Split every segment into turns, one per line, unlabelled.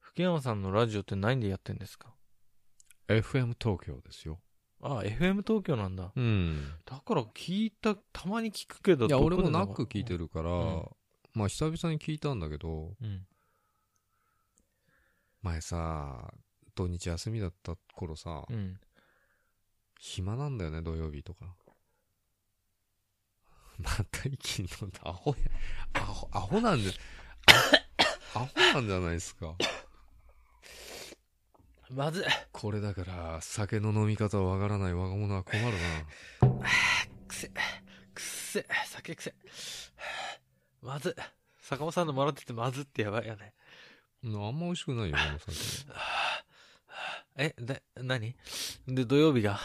福山さんのラジオって何でやってんですか
FM 東京ですよ。
ああ、FM 東京なんだ。
うん。
だから聞いた、たまに聞くけど、
いや、
どこ
俺
で
も
な
ナ
んか
ック聞いてるから、
うん
まあ久々に聞いたんだけど、
うん。
前さ、土日休みだった頃さ、
うん。
暇なんだよね、土曜日とか。 また生きんのだ。アホや、アホ、アホなんじゃ、アホなんじゃないですか。
まずい。
これだから、酒の飲み方わからない若者は困るな。
くせ。くせ。酒くせ。まずい。坂本さんのもらっててまずってやばいよね。
うんあんま美味しくないよ、この酒。
え、で、何で、土曜日が。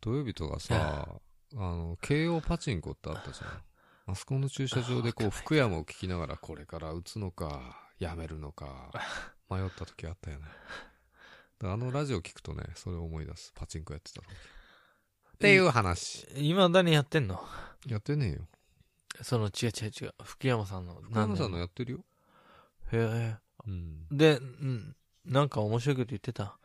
土曜日とかさ、あの、京王パチンコってあったじゃん。あそこの駐車場でこ
あわかんな
う、
い
福山を聞きながら、これから打つのか、やめるのか、迷った時あったよね。あのラジオ聞くとね、それを思い出す。パチンコやってた時。っていう話。
今何やってんの
やってねえよ。
その、違う違う違う。福山さんの。
福山さんの
へ
やってるよ。
え。
うん。
で、うん。なんか面白いこと言ってた。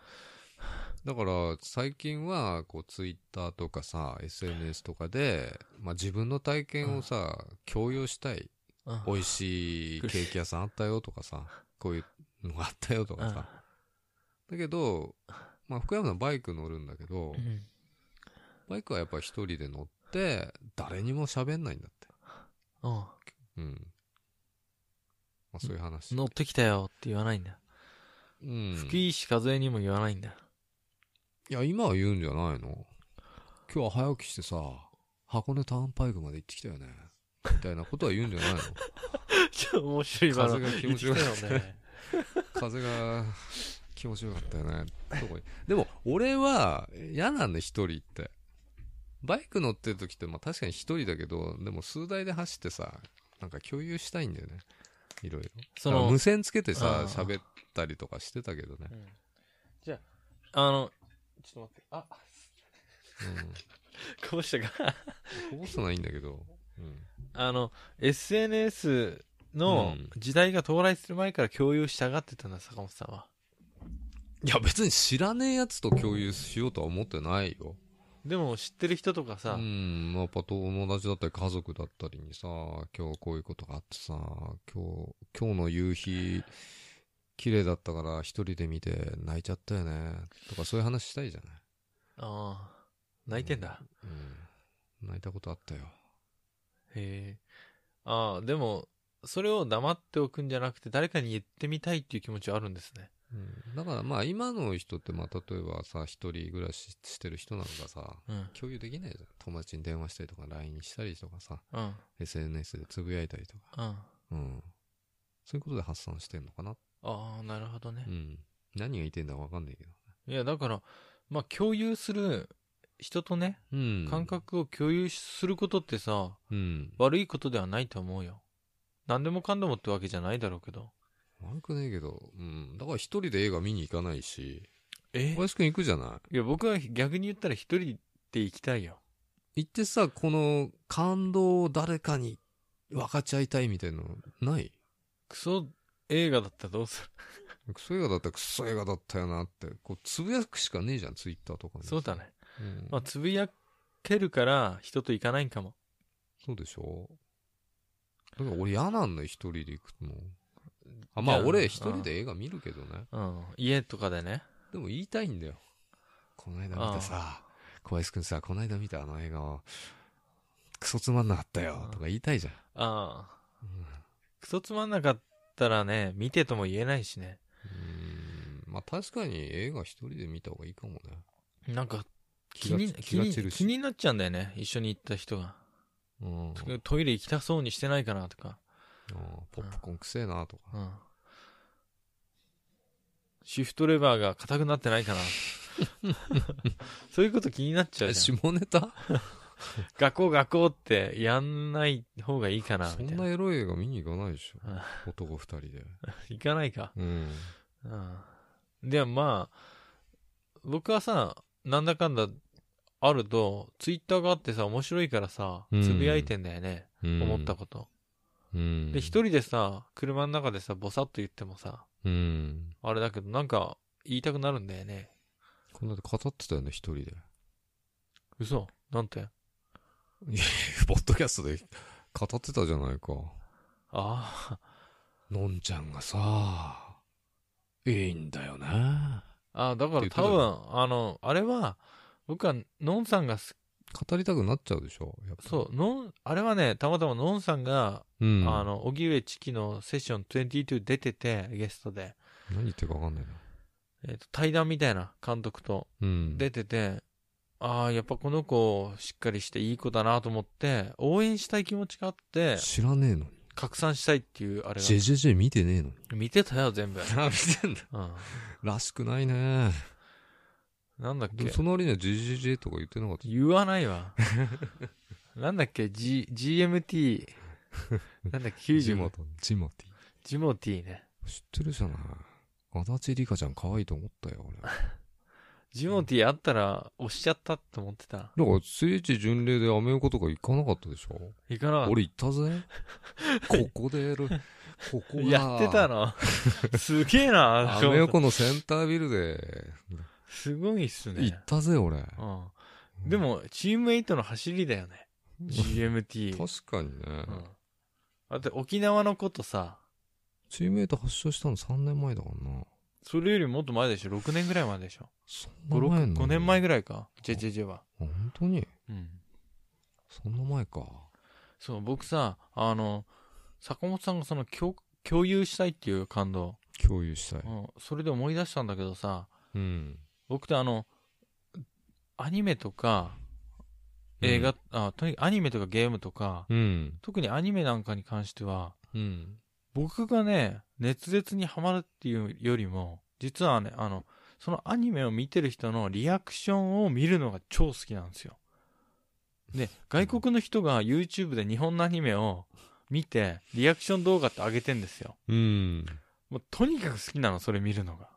だから、最近は、こう、ツイッターとかさ、SNS とかで、まあ自分の体験をさ、共有したい。
うん
美味しいケーキ屋さんあったよとかさ、こういうのがあったよとかさ。だけど、まあ、福山さんバイク乗るんだけど
う、ん。
バイクはやっぱ一人で乗って、誰にも喋んないんだって。
うん。
うん。まあ、そういう話。
乗ってきたよって言わないんだ。
うん。
吹石和恵にも言わないんだ。
いや、今は言うんじゃないの今日は早起きしてさ、箱根ターンパイクまで行ってきたよね。みたいなことは言うんじゃないの
ちょっと面白い
風
話
が気持ちよかった
ね。
風が気持ちよかったよね。とこにでも、俺は嫌なんだ、一人って。バイク乗ってる時って、まあ確かに一人だけど、でも数台で走ってさ、なんか共有したいんだよね。いろいろ。
そ
だから
の、
無線つけてさ
あ、ー
喋ったりとかしてたけどね。
うんじゃあ、あの、ちょっと待って、あ、 こぼしたか。
うん。こぼすのはいいんだけど。うん。
あの、SNS の
うん
時代が到来する前から共有したがってたんだ、坂本さんは。
いや、別に知らねえやつと共有しようとは思ってないよ。
でも知ってる人とかさ
う、ん、やっぱ友達だったり家族だったりにさ、今日こういうことがあってさ、今日、今日の夕日、綺麗だったから一人で見て泣いちゃったよね、とかそういう話したいじゃない。
ああ、泣いてんだ。
うん。泣いたことあったよ。
へえ。ああ、でも、それを黙っておくんじゃなくて、誰かに言ってみたいっていう気持ちはあるんですね。
うん、だからまあ今の人って、まあ例えばさ、一人暮らししてる人なんかさ、
うん。
共有できないじゃん。友達に電話したりとか、LINE したりとかさ、
うん。
SNS でつぶやいたりとか。
うん。あ
うん。そういうことで発散してんのかな。
あ、なるほどね
う。ん。何が言ってんだかわかんないけど。
いや、だから、まあ、共有する、人とね、
うん。
感覚を共有することってさ、
うん。
悪いことではないと思うよ。何でもかんでもってわけじゃないだろうけど。
悪くねえけど、うん。だから一人で映画見に行かないし、
え
小林くん行くじゃない
や、僕は逆に言ったら一人で行きたいよ。
い行ってさ、この感動を誰かに分かち合いたいみたいなの、ない
クソ映画だったらどうする
クソ映画だったらクソ映画だったよなって、こう、つぶやくしかねえじゃん、ツイッターとかに
そうだ。ね。
うん
まあ、つぶやけるから人と行かないんかも。
そうでしょだから俺嫌なんだよ、一人で行くの。あ
い
ま
や
あ俺一人で映画見るけどね。
うん。家とかでね。
でも言いたいんだよ。この間見たさ、小林くんさ、この間見たあの映画を、クソつまんなかったよ、とか言いたいじゃん。
ああ。
うん
クソつまんなかったらね、見てとも言えないしね。
うーんまあ確かに映画一人で見た方がいいかもね。
なんか、
気
気
が
に、気
気が
に、
散るし
気になっちゃうんだよね。一緒に行った人が。
うん。あ
トイレ行きたそうにしてないかなとか。
ーポップコーンくせえなとか。
うん。シフトレバーが硬くなってないかな。 そういうこと気になっちゃう
え
じゃん。
下ネタ
学校学校ってやんない方がいいかな、
そ
み
ん
たい
な
な。
エロい映画見に行かないでしょ
うん。
男二人 で。
行かないか。
うん。
うん。でもまあ、僕はさ、なんだかんだあると、ツイッターがあってさ、面白いからさ、
うん
つぶやいてんだよね。
うん
思った。こと。
うん。
で、一人でさ、車の中でさ、ぼさっと言ってもさ、
うん。
あれだけど、なんか、言いたくなるんだよね。
こんなで語ってたよね、一人で。
嘘なんて
いやポッドキャストで語ってたじゃないか。
ああ。
のんちゃんがさ、いいんだよな。
ああ、だから多
って言
分、あの、あれは、僕は、のんさんがす、
語りたくなっちゃうでしょ、やっぱ。
そう、のん、あれはね、たまたまのんさんが、
う。ん。
あの、荻上チキのセッション22出てて、ゲストで、
何言ってるかわかんないな。
えっ、と、対談みたいな監督と
うん。
出てて、ああ、やっぱこの子、しっかりしていい子だなと思って、応援したい気持ちがあって、
知らねえのに。
拡散したいっていう、あれが
ジェ。ジェジェ見てねえのに。
見てたよ、全部。
あ、 見てんだ。
うん。
らしくないね。
なんだっけ
その割にはジェジェジェとか言ってなかった。
言わないわ。 なんだっけ、G、GMT。なんだっけ、
ジ
90
マ
も。
ティ。ジマテ
ジモティね。
ィ。知ってるじゃない。足立梨花ちゃん可愛いと思ったよ、俺。だか
ジモティあったら押しちゃったって思ってた。
ら、聖地巡礼でアメ横とか行かなかったでしょ
行かなかっ
俺行ったぜ。ここで る、ここ
た。
が。
やってたの。すげえな、
ア
翔さ
メ
ん
横のセンタービルで、
すごいっす
行
ね
っ。たぜ、俺。
うん。でも、チームメイトの走りだよね。GMT。うん。
確かにね。
だって沖縄のことさ、
チームメイト発症したの3年前だからな。
それよりもっと前でしょ ?6 年ぐらい前でしょ
そんな前な
?5、
の
5年前ぐらいか。JJJ は。
あ本当に
うん。
そんな前か。
そう、僕さ、あの、坂本さんがその共共有したいっていう感動、
共有したい。
うん、それで思い出したんだけどさ、
うん。
僕ってあの、アニメとか、映画、あ、とにかくアニメとかゲームとか、
うん。
特にアニメなんかに関しては、
うん。
僕がね、熱烈にハマるっていうよりも、実はね、あの、そのアニメを見てる人のリアクションを見るのが超好きなんですよ。で、外国の人が YouTube で日本のアニメを見て、リアクション動画って上げてんですよ。
うん。
もうとにかく好きなの、それ見るのが。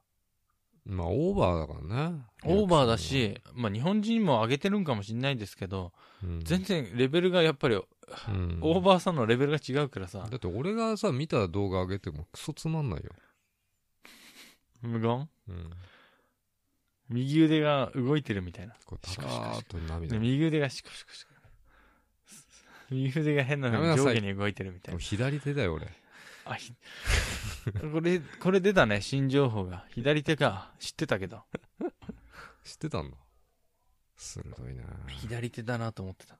まあ、オーバーだからね。
オーバーだ、し、まあ日本人も上げてるんかもしんないですけど、
うん、
全然レベルがやっぱり、
うん
オーバーさんのレベルが違うからさ
だ、って俺がさ、見た動画上げてもクソつまんないよ。
無言
うん。
右腕が動いてるみたいな。
こう、たらーっと
で
涙。
右腕がシコシコシコ。右腕が変な
やめ
の
な
に
さ
上
い
下に動いてるみたい
もう
な。
左手だよ、俺。
あひこれ、これ出たね、新情報が。左手か。知ってたけど。
知ってたんだ。鋭いな
左手だなと思ってた。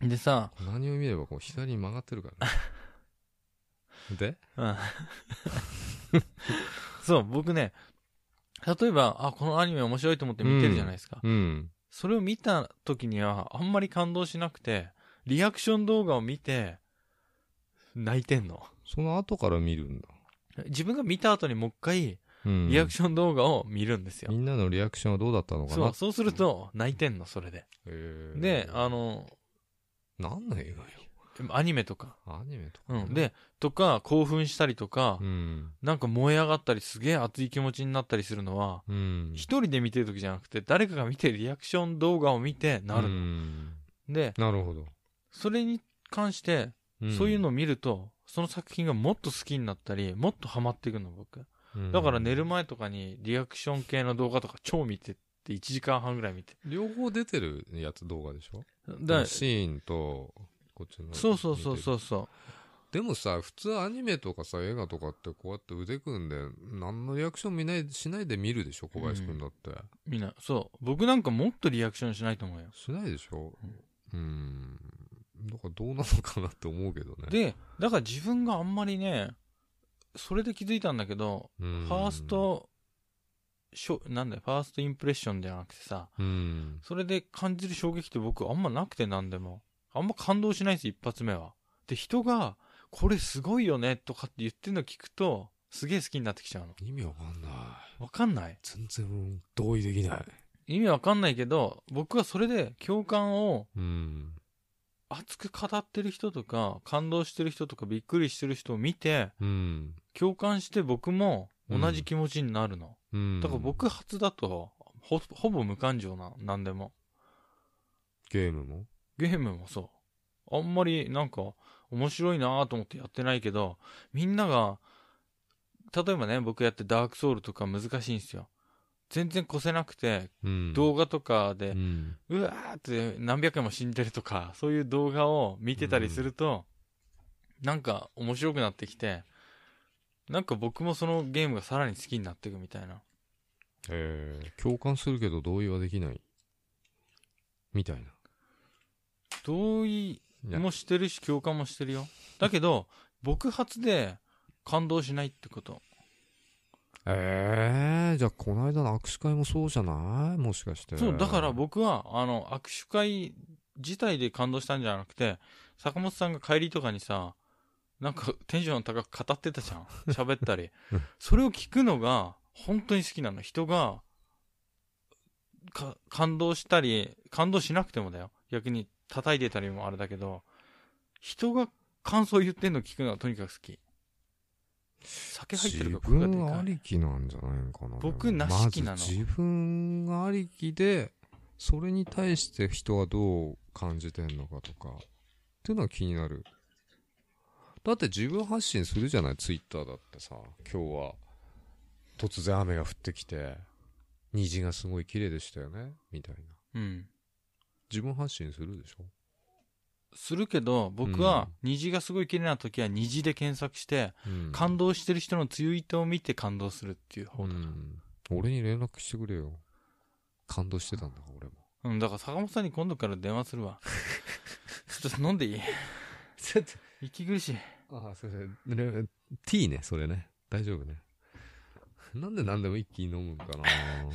でさ、
何を見ればこう左に曲がってるから ね。で
うんそう、僕ね、例えば、あ、このアニメ面白いと思って見てるじゃないですか。
うん。
それを見た時には、あんまり感動しなくて、リアクション動画を見て、泣いてんの。
その後から見るんだ。
自分が見た後にもう一回、
うん。
リアクション動画を見るんですよ。
みんなのリアクションはどうだったのか
そ
な
う、そうすると、泣いてんの、それで。
へー
で、あ、の、
なんの映画よ。
アニメとか。
アニメと
う
かね、
ん。で、とか、興奮したりとか、
うん。
なんか燃え上がったり、すげえ熱い気持ちになったりするのは、
うん。
一人で見てる時じゃなくて、誰かが見てるリアクション動画を見て、な
う
る。
ん
で、
なるほど。
それに関して、
ん
そういうのを見ると、その作品がもっと好きになったり、もっとハマっていくの、僕。
うん
だから寝る前とかにリアクション系の動画とか超見てって、1時間半ぐらい見て。
両方出てるやつ動画でしょ
だ
シーンと、こっちの。
そうそうそう
う。
そうそう。
でもさ、普通アニメとかさ、映画とかってこうやって腕組んで、何のリアクション見ない、しないで見るでしょ小林くんだって。
みんな、そう。僕なんかもっとリアクションしないと思うよ。
しないでしょうん。だからどうなのかなって思うけどね。
で、だから自分があんまりね、それで気づいたんだけど、
うん、
ファースト、しょなんだよ、ファーストインプレッションじゃなくてさ、
うん。
それで感じる衝撃って僕あんまなくてなんでも。あんま感動しないんです、一発目は。で、人が、これすごいよね、とかって言ってるの聞くと、すげえ好きになってきちゃうの。
意味わかんない。
わかんない
全然同意できない。
意味わかんないけど、僕はそれで共感を
うん。
熱く語ってる人とか、感動してる人とか、びっくりしてる人を見て、
うん。
共感して僕も同じ気持ちになるの。
うん。
だから僕初だとほ、ほぼ無感情な、なんでも。
ゲームも
ゲームもそう。あんまりなんか面白いなぁと思ってやってないけど、みんなが例えばね、僕やってダークソウルとか難しいんですよ。全然越せなくて、
うん
動画とか
う
で、
ん
うわーって何百円も死んでるとか、そういう動画を見てたりすると、なんか面白くなってきて、なんか僕もそのゲームがさらに好きになっていくみたいな。
えー共感するけど同意はできないみたい
同意
な
もしてるし、共感もしてるよ。だけど、僕発で感動しないってこと。
えー、じゃあこの間の握手会もそうじゃないもしかして
そう、だから僕は、あの、握手会自体で感動したんじゃなくて、坂本さんが帰りとかにさ、なんかテンション高く語ってたじ ゃん。喋ったり
うん。
それを聞くのが本当に好きなの。人が、か感動したり、感動しなくてもだよ。逆に叩いてたりもあれだけど、人が感想言ってんの聞くのはとにかく好き。酒入ってるか
自
ら声がで
分あ
かい。
りきなんじゃないのかな
僕なしきなの
まず自分ありきでそれに対して人はどう感じてんのかとかっていうのは気になるだって自分発信するじゃないツイッターだってさ今日は突然雨が降ってきて虹がすごい綺麗でしたよねみたい
う
な
ん。
自分発信するでしょ
するけど、僕は虹がすごい綺麗な時は虹で検索して、
うん
感動してる人のツイートを見て感動するっていう方だ
う
か
ん俺に連絡してくれよ感動してたんだから俺も
ら。うん、だから坂本さんに今度から電話する わ。ちょっと飲んでいい
ちょっと
息苦しい。
ああ、すいません。ね T ね、それね。大丈夫ね。 なんで何でも一気に飲むんかな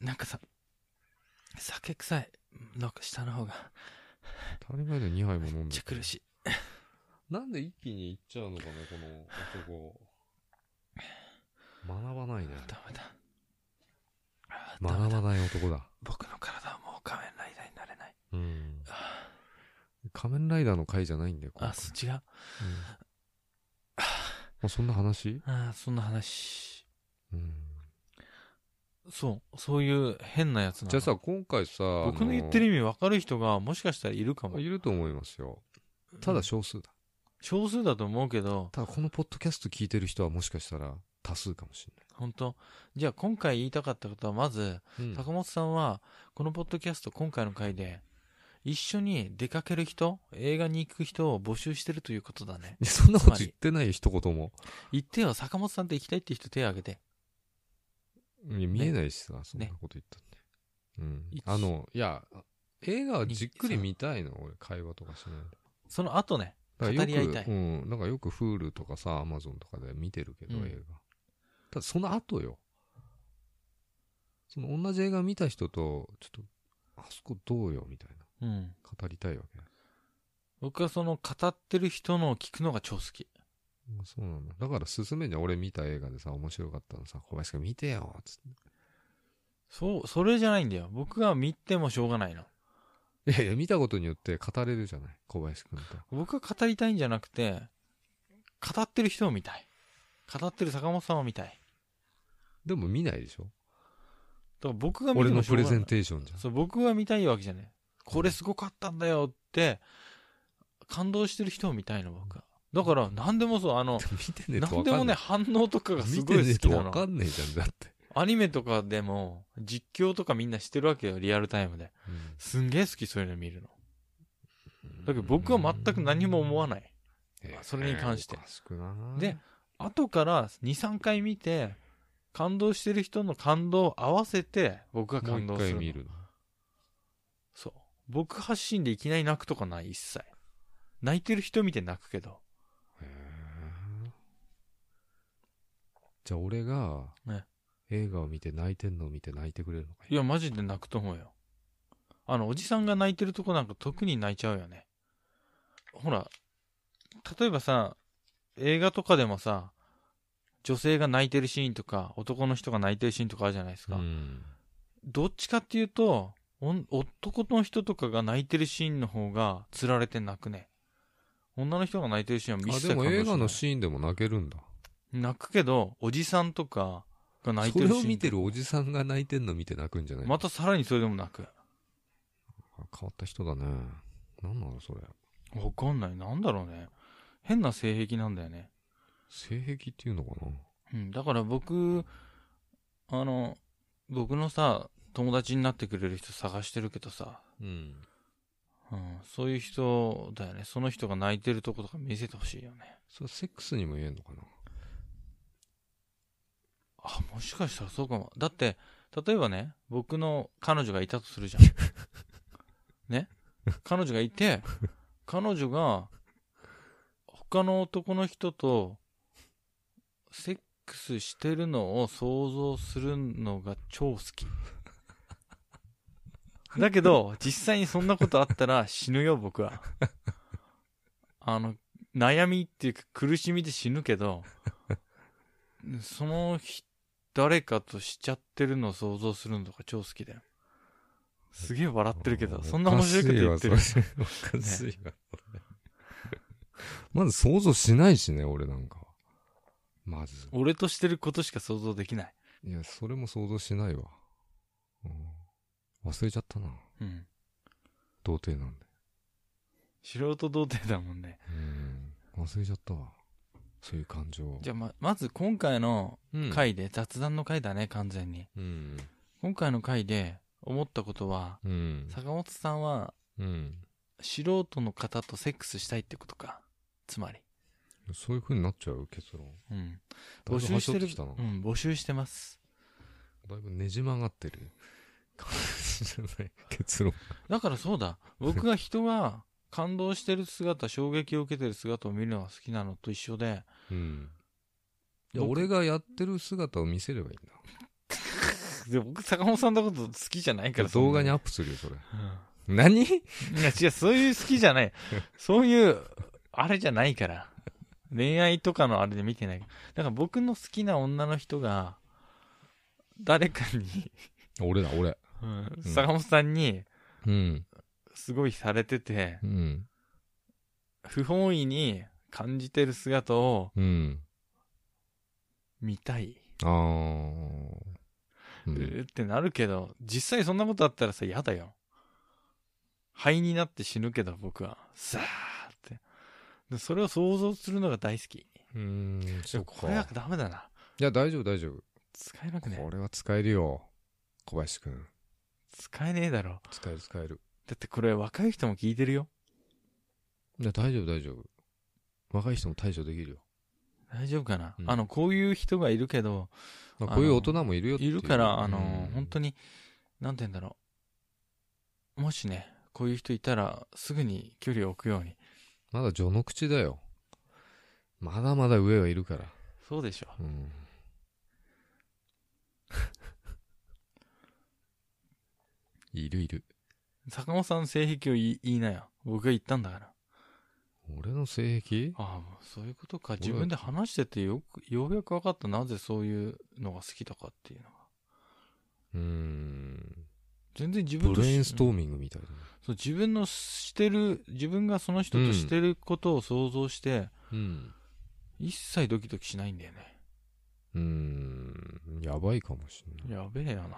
なんかさ、酒臭い。なんか下の方が、
当たり前で2杯も飲ん
めっ
で
ちゃ
る。
苦しい。
なんで一気にいっちゃうのかね、この男。学ばないね。
ダメだ。あーダメ
学
だ。
ばない男だ。
僕の体はもう仮面ライダーになれない。
うん。
あ
仮面ライダーの回じゃないんだよ、
ー、
今
あ
回
そ違う。
うんまあ、そんな話
あーそんな話。
うん。
そう、そういう変なやつなの。
じゃあさ、今回さ、
僕の言ってる意味分かる人がもしかしたらいるか
あの
も
いると思いますよ。ただ少数だ。
少数だと思うけど
ただこのポッドキャスト聞いてる人はもしかしたら多数かもしれない。
本当じゃあ今回言いたかったことはまず
うん
坂本さんはこのポッドキャスト今回の回で一緒に出かける人映画に行く人を募集してるということだね
いやそんなこと言ってないよ、一言も。
言ってよ坂本さんと行きたいって人手を挙げて
いや見えないしさ、そんな
ね
こと言ったって。うん
一。
あの、いや、映画はじっくり見たいの、俺、会話とかしない
その後ね
で。だ
語
か
り
ら
合
よ
い
く、
たい
うん。だからよく Hulu とかさ、Amazon とかで見てるけど、
うん
映画。ただ、その後よ。その同じ映画見た人と、ちょっと、あそこどうよ、みたいな。
うん
語りたいわけ。
僕はその語ってる人のを聞くのが超好き
うんそうなんだ。だから、進めんじゃん。俺見た映画でさ、面白かったのさ、小林君見てよ、つって。
そうそれじゃないんだよ僕が見てもしょうがないの
いやいや、見たことによって語れるじゃない、小林君と。
僕が語りたいんじゃなくて語ってる人を見たい語ってる坂本さんを見たいだか
でも見ないでしょ
ら僕が見
俺
ても
の
しょ
プ
う
レ
がな
ゼ
い
ンテーションじゃん。
そう僕が見たいわけじゃないこれすごかったんだよって感動してる人を見たいの僕はだから何でもそうあの
見てねえと
何
分
で
か
も
ん
ね
ない。
反応とかがす
見
ご
てね
い
え
好き
と
な
分
の
かんねえじゃん、だって。
アニメとかでも実況とかみんなしてるわけよリアルタイムですんげえ好きそういうの見るのだけど僕は全く何も思わ
ない。
ないそれに関して
おかしくない
で、後から23回見て感動してる人の感動を合わせて僕が
もう
感
一
動す
回
るの
見るの。
そう僕発信でいきなり泣くとかない一切泣いてる人見て泣くけど
へえじゃあ俺が
ね、
映画を見て泣いてんのを見て泣いてくれるのか
いや、マジで泣くと思うよ。あの、おじさんが泣いてるとこなんか特に泣いちゃうよね。ほら、例えばさ、映画とかでもさ、女性が泣いてるシーンとか、男の人が泣いてるシーンとかあるじゃないですか。
うん
どっちかっていうと、おん男の人とかが泣いてるシーンの方が釣られて泣くね。女の人が泣いてるシーンは見
あ、
せ
で
て
も映画の
シ
シーンでも泣けるんだ。
ーン。泣くけど、おじさんとかが泣いて
それ
るシーン。
を見てるおじさんが泣いてんの見て泣くんじゃない
またさらにそれでも泣く。
変わった人だね。なんなのそれ。
わかんない。なんだろうね。変な性癖なんだよね。
性癖っていうのかな
うん、だから僕、あの、僕のさ、友達になってくれる人探してるけどさ、
うん。
うん、そういう人だよね。その人が泣いてるとことか見せてほしいよね。
それセックスにも言えんのかな
あ、もしかしたらそうかも。だって、例えばね、僕の彼女がいたとするじゃん。ね彼女がいて、彼女が、他の男の人と、セックスしてるのを想像するのが超好き。だけど、実際にそんなことあったら死ぬよ、僕は。あの、悩みっていうか苦しみで死ぬけど、その人誰かとしちゃってるのを想像するのとか超好きだよ。すげえ笑ってるけど、そんな面白いこと言ってる
お。かしいわそれおかしいわそれまず想像しないしね、俺なんかは。まず。
俺としてることしか想像できない。
いや、それも想像しないわ。うん、忘れちゃったな。
うん。
童貞なんで。
素人童貞だもんね。
うん。忘れちゃったわ。そういう感情。
じゃあま、まず今回の
うん
回で、雑談の回だね、完全に。
うん。
今回の回で思ったことは、
うん。
坂本さんは
うん。
素人の方とセックスしたいってことか。つまり。
そういう風になっちゃう結論。
うん。
だ
募
いぶ
集して
端折っ
る。
きたな。
うん、募集してます。
だいぶねじ曲がって る感じじゃない結論。
だからそうだ。僕が人 が感動してる姿、衝撃を受けてる姿を見るのが好きなのと一緒で、
うん。いや、
僕
俺がやってる姿を見せればいいんだ。
で僕、坂本さんのこと好きじゃないから。
動画に
そん
ア
な
ップするよ、それ。
うん
何
いや、違う、そういう好きじゃない。そういう、あれじゃないから。恋愛とかのあれで見てない。だから僕の好きな女の人が、誰かに、
俺だ、俺。
うん
うん
坂本さんに、
うん。
すごいされてて
う、ん。
不本意に感じてる姿を
うん。
見たい。
あー。
う
う、
んーってなるけど、実際そんなことあったらさ、やだよ。肺になって死ぬけど、僕は。さーって。でそれを想像するのが大好き。い
うんそ
や
っ
これは
か。
ダメだな。
いや、大丈夫、大丈夫。
使えなくね。
これは使えるよ。小林くん。
使えねえだろ。
使える、使える。
だってこれ若い人も聞いてるよ。
いや、大丈夫、大丈夫。若い人も対処できるよ。
大丈夫かな、
うん
あの、こういう人がいるけど、
まあ
あの
こういう大人もいるよって
いるから、あの、本当
に。
に、なんて言うんだろう。もしね、こういう人いたら、すぐに距離を置くように。
まだ序の口だよ。まだまだ上はいるから。
そうでしょ。
うん。 いるいる。
坂本さんの性癖を言い言いなよ。僕が言ったんだから。
俺の性癖
ああ、もうそういうことか。
俺
自分で話しててよく、ようやく分かった。なぜそういうのが好きだかっていうのが。
うーん。
全然自分
ブ
とし
レインストーミングみたいな。
そう自分のしてる、自分がその人としてることを想像して、
うん。
一切ドキドキしないんだよね。
うーん。やばいかもしんない。
やべえよな。
やば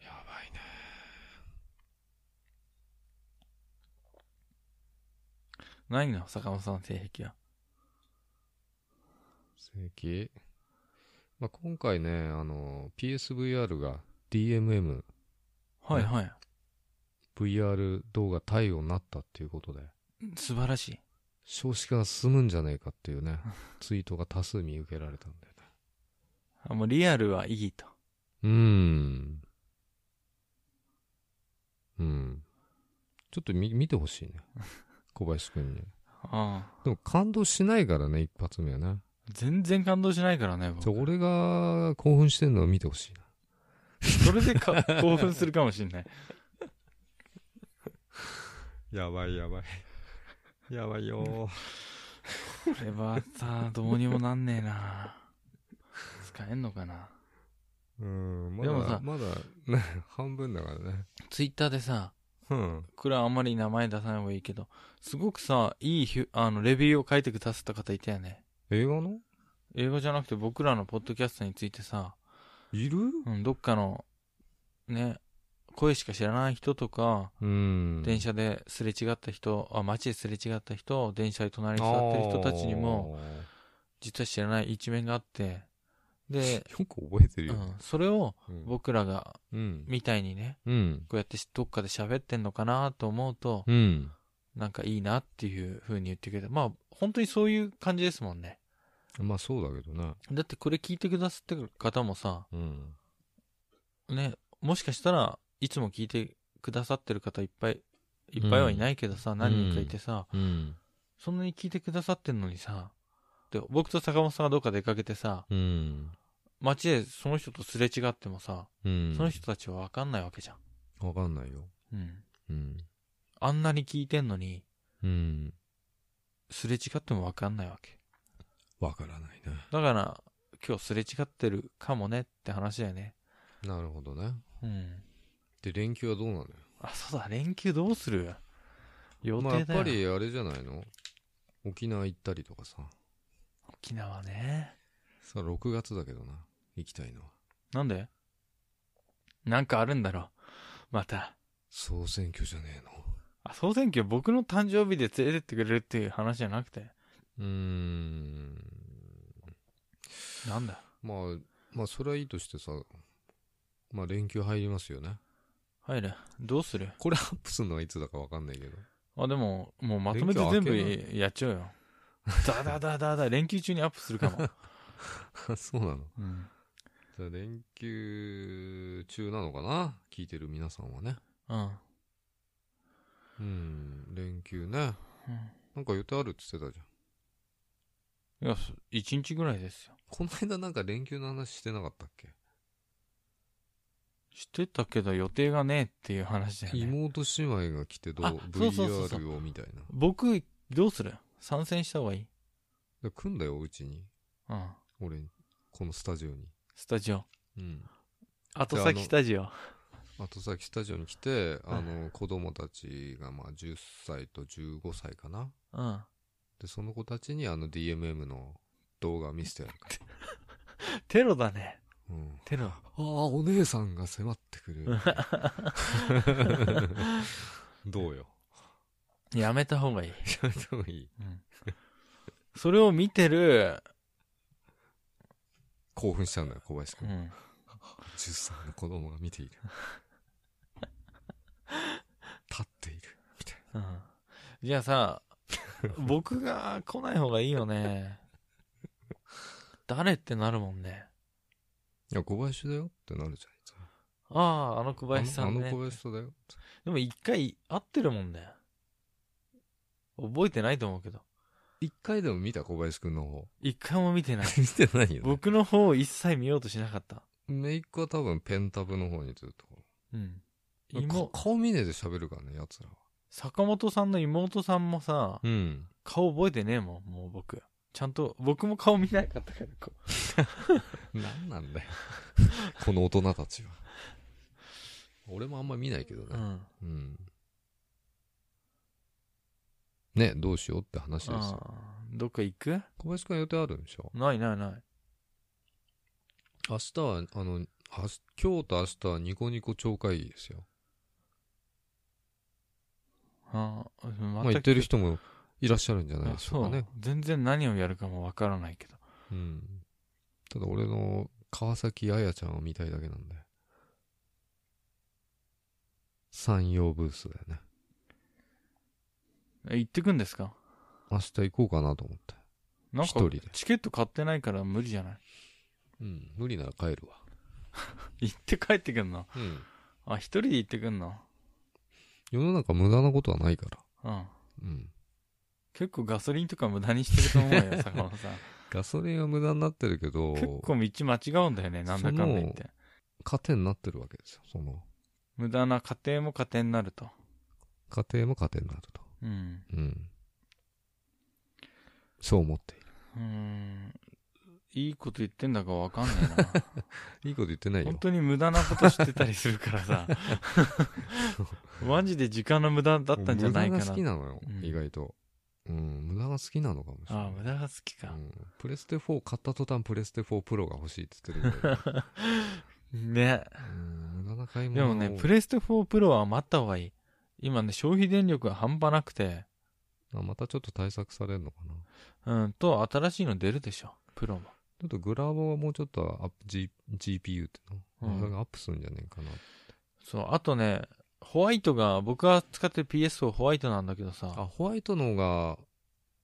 いね。
ないの坂本さんの性癖は。
性癖まあ、今回ね、あの、PSVR が DMM、
はいはい。
VR 動画対応になったっていうことで、
素晴らしい。
少子化が進むんじゃねえかって いうね、ツイートが多数見受けられたんだよね。
あもうリアルはいいと。
うーん。うん。ちょっと見見てほ しいね。小林くんに。
ああ。
でも感動しないからね、一発目はね。
全然感動しないからね、
じゃあ
僕。
俺が興奮してんのを見てほしいな。
それで か興奮するかもしんない。
やばいやばい。やばいよ。
これはさ、どうにもなんねえな。使えんのかな。
うん、ま
でも
だ、
さ
まだ、 ね、半分だからね。
ツイッターでさ、
うん。
これはあんまり名前出さない方がいいけど、すごくさ、いいひゅあのレビューを書いてくださった方いたよね。
映画の
映画じゃなくて僕らのポッドキャストについてさ、
いる
うん、どっかの、ね、声しか知らない人とか、
うん。
電車ですれ違った人、あ、街ですれ違った人、電車で隣に座ってる人たちにも、実は知らない一面があって、で、
よく覚えてる
う
よね
ん、それを
うん
僕らが、
うん
みたいにね、
うん
こうやってどっかで喋ってんのかなと思うと、
うん
なんかいいなっていう風に言ってくれた。まあ、本当にそういう感じですもんね。
まあそうだけどな
だってこれ聞いてくださってる方もさ、
うん
ね、もしかしたらいつも聞いてくださってる方いっぱい、いっぱいはいないけどさ、何人かいてさ、
うん
そんなに聞いてくださってんのにさ、で僕と坂本さんがどっか出かけてさ、
うん
街でその人とすれ違ってもさ、
うん
その人たちは分かんないわけじゃん。
わかんないよ
うん。
うん
あんなに聞いてんのに、
うん
すれ違っても分かんないわけ。
わからないな
だから、今日すれ違ってるかもねって話だよね。
なるほどね
うん。
で連休はどうなのよ
あ、そうだ、連休どうする予定だ
まあ、や
よ
っ、ぱりあれじゃないの沖縄行ったりとかさ
沖縄ね。
さ6月だけどな行きたいのは
なんでなんかあるんだろまた。
総選挙じゃねえの
あ、総選挙僕の誕生日で連れてってくれるっていう話じゃなくて。
うーん
なんだ
まあまあそれはいいとしてさまあ連休入りますよね
入れ。どうする
これアップするのはいつだか分かんないけど
あ、でも、もうまとめて全部
連休明
やっちゃうよ。だだだだだ、連休中にアップするかも。
そうなの
うん。
じゃあ連休中なのかな聞いてる皆さんはね
うん。
うん連休ねなんか予定あるって言ってたじゃん
いや、そ一日ぐらいですよ。
この間なんか連休の話してなかったっけ
してたけど予定がねえっていう話だよね。
妹姉妹が来てどう
あそうそうそうそう
VR をみたいな
僕、どうする参戦した方がいい
で来んだようちに
うん。
俺にこのスタジオに
スタジオ。
うん
後
じゃああ
先
の
スタジオ。
後先スタジオに来て
はい
あの子供たちがまあ10歳と15歳かな
うん。
でその子たちにあの DMM の動画見せてやるから、
テロだね。
うん、
テロ。
ああお姉さんが迫ってく るどうよ
やめた方がいい。
やめた方がいい
うん。それを見てる、
興奮しちゃうんだよ小林
う
君、
ん。
10歳の子供が見ている立っているみたい
うん。じゃあ さ、僕が来ない方がいいよね。誰ってなるもんね。
ないや小林だよってなるじゃんいつも
ああ、あの小林さん
あのあ
ね
の小。林さんだよ
でも一回会ってるもんね。覚えてないと思うけど。
一回でも見た小林君の方
一回も見て ない。
見てないよね
僕の方を一切見ようとしなかった。
メイクは多分ペンタブの方にずっと
うん。
か
妹、
顔見ねえで喋るからねやつらは
坂本さんの妹さんもさ、
うん
顔覚えてねえもん、もう僕。ちゃんと、僕も顔見なかったから、こう
何なんだよ この大人たちは俺もあんま見ないけど
う
ね
ん。
うん、ねどうしようって話です
あ
よ
あどっか行く
小林君は予定あるんでしょ
ないないない。
明日はあのあし今日と明日はニコニコ超会議ですよ、
ああ、ま
まあ、言ってる人もいらっしゃるんじゃな
あ
いでしょうかね
そう全然何をやるかもわからないけど。
うんただ俺の川崎彩ちゃんを見たいだけなんで山陽ブースだよね
え行ってくんですか
明日行こうかなと思って
なん
一
か
人、で、
チケット買ってないから無理じゃない
うん、無理なら帰るわ
行って帰ってくんの
うん
あ、一人で行ってくんの
世の中無駄なことはないから
うん。
うん
結構ガソリンとか無駄にしてると思う よ、坂本さん。
ガソリンは無駄になってるけど
結構道間違うんだよね、なんだかんだ言って。
糧になってるわけですよその
無駄な家庭も家庭になると。
家庭も糧になると
うん。
うんそう思っている
うーん。いいこと言ってんだかわかんねえな。
いいこと言ってないよ
本当に無駄なことしてたりするから さ。マジで時間の無駄だったんじゃないか
無駄が
な
好き。なのよ、
うん
意外とうん無駄が好きなのかもしれない
ああ、無駄が好きか
う。ん、プレステ4買った途端プレステ4プロが欲しいって言ってる んだよ
ね。
うん無駄な買い
で
物
もね、プレステ4プロは待った方がいい。今ね、消費電力が半端なくて、
あまたちょっと対策されるのかな。
うん、と、新しいの出るでしょ。プロも。
ちょっとグラボはもうちょっとアップ、G、GPU っていう
う
の、
ん
それがアップするんじゃねえかな。
そう、あとね、ホワイトが、僕が使ってる PS4 ホワイトなんだけど
あ、
さ、
ホワイトの方が、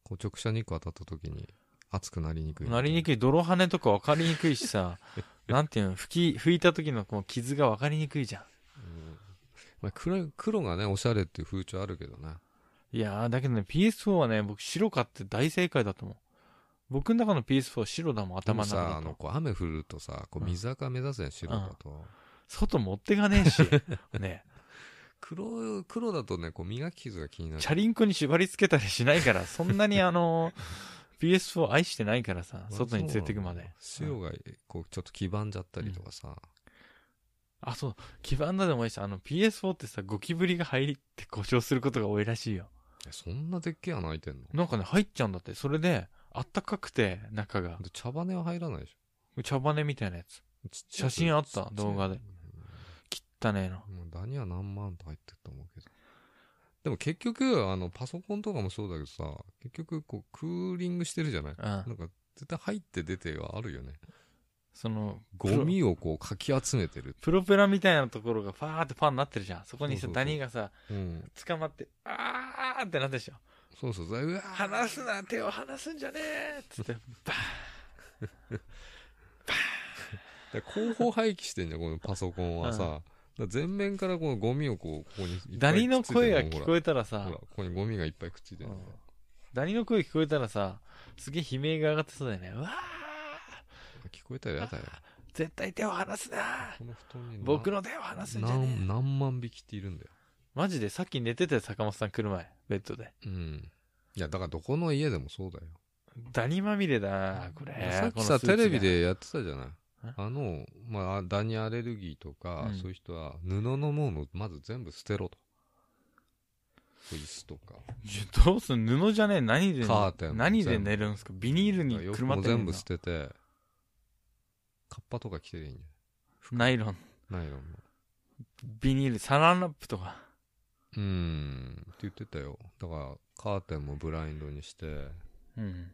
こう直射日光当たった時に熱くなりにくい。
なりに
い。
くい、泥跳ねとか分かりにくいし さ、なんていうの、吹き、吹いた時のこう傷が分かりにくいじゃ
まあ、黒い、黒がね、おしゃれっていう風潮あるけどね。
ん。いやー、だけどね、PS4 はね、僕白買って大正解だと思う。僕の中の PS4 白だもん、
でも
頭の中
さ、
だ
あの、
と。
こう雨降るとさ、こう
うん
水垢目指すやん、白だと。
外持ってかね えし、ね、
黒、黒だとね、こう磨き傷が気になる
チ。ャリンコに縛り付けたりしないから、そん なにあの、PS4 愛してないからさ、外に連れてくまで。
白が、こう、ちょっと黄ばんじゃったりとかさ。
あ、そう。基盤だでもいいし、あの PS4 ってさ、ゴキブリが入って故障することが多いらしいよ。
えそんなでっけえ穴開いてんの
なんかね、入っちゃうんだって。それで、あったかくて、中が。
で茶羽は入らないでし
茶羽根みたいなやつ。
ょ。ちっちゃ
写
い
真あった
ちっちゃい
動画で汚ねえの。
もうダニは何万と入ってると思うけど。でも結局、あの、パソコンとかもそうだけどさ、結局、こう、クーリングしてるじゃな
う
い
ん。
なんか、絶対入って出てがあるよね。
その、
ゴミをこう、かき集めてる。
プロペラみたいなところがファーってパンになってるじゃん。そこにさ、
そうそうそう
ダニがさ、
うん。
捕まって、あーってなってるでしょ。
そうそう、だうわー
離すな、手を離すんじゃねえっつって、バーン
で後方廃棄してんじゃん、このパソコンはさ。
うん
だから前面からこのゴミをこう、ここにいっぱい
ダニの声が
くっついて
聞
るの
こえたら
ほら、
さ
ほら、、ここにゴミがいっぱいくっついてるのね。
ダニの声聞こえたらさ、すげえ悲鳴が上がってそうだよね。うわー
聞こえたらやだよ。
絶対手を離すな
この布団にな。
僕の手を離すんじゃねえ
何何万匹っているんだよ。
マジでさっき寝てて坂本さん来る前、ベッドで。
うん。いや、だからどこの家でもそうだよ。
ダニまみれだなこれ。
さっき
この
さ、
スーツが
テレビ。でやってたじゃない
え。
あの、まあ、ダニアレルギーとか、
うん
そういう人は、布のものをまず全部捨てろと。椅子とか。
ちょどうすん布じゃねえ何で
カーテンも
何で寝るんすかビニールに
だから洋
く
服
るま
も
って寝る
全
の
部捨てて、カッパとか着てりゃいいんじ
ナイロン、
ゃないナイロンの。
ビニール、サランラップとか。
うーん。って言ってたよ。だから、カーテンもブラインドにして、
うん。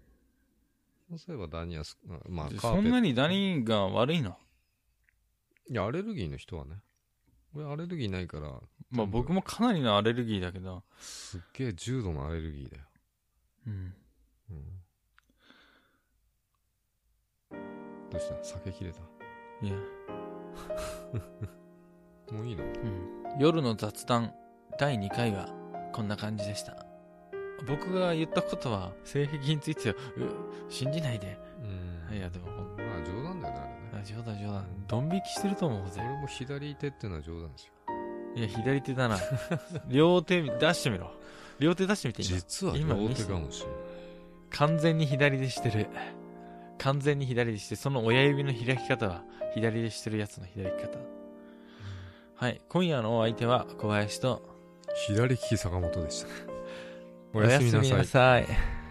そうすればダニアス、まあ、カーテン
そんなにダニが悪いの
いや、アレルギーの人はね。俺、アレルギーないから、
まあ僕もかなりのアレルギーだけど。
すっげえ重度のアレルギーだよ。
うん。
うんどうした酒切れた
いや。
もういいの
うん夜の雑談第2回はこんな感じでした僕が言ったことは性癖についてはう信じないで
うん
いやでもほん
まあ冗談だよねあれ
あ
ね
冗談冗談ドン引きしてると思うぜ
俺も左手っていうのは冗談ですよ
いや左手だな両手出してみろ両手出してみて今
実は
今
両手かもしれない
完全に左でしてる完全に左でしてその親指の開き方は左でしてるやつの左利き方はい今夜のお相手は小林と
左利き坂本でしたお
お
やすみな
や
さい
さい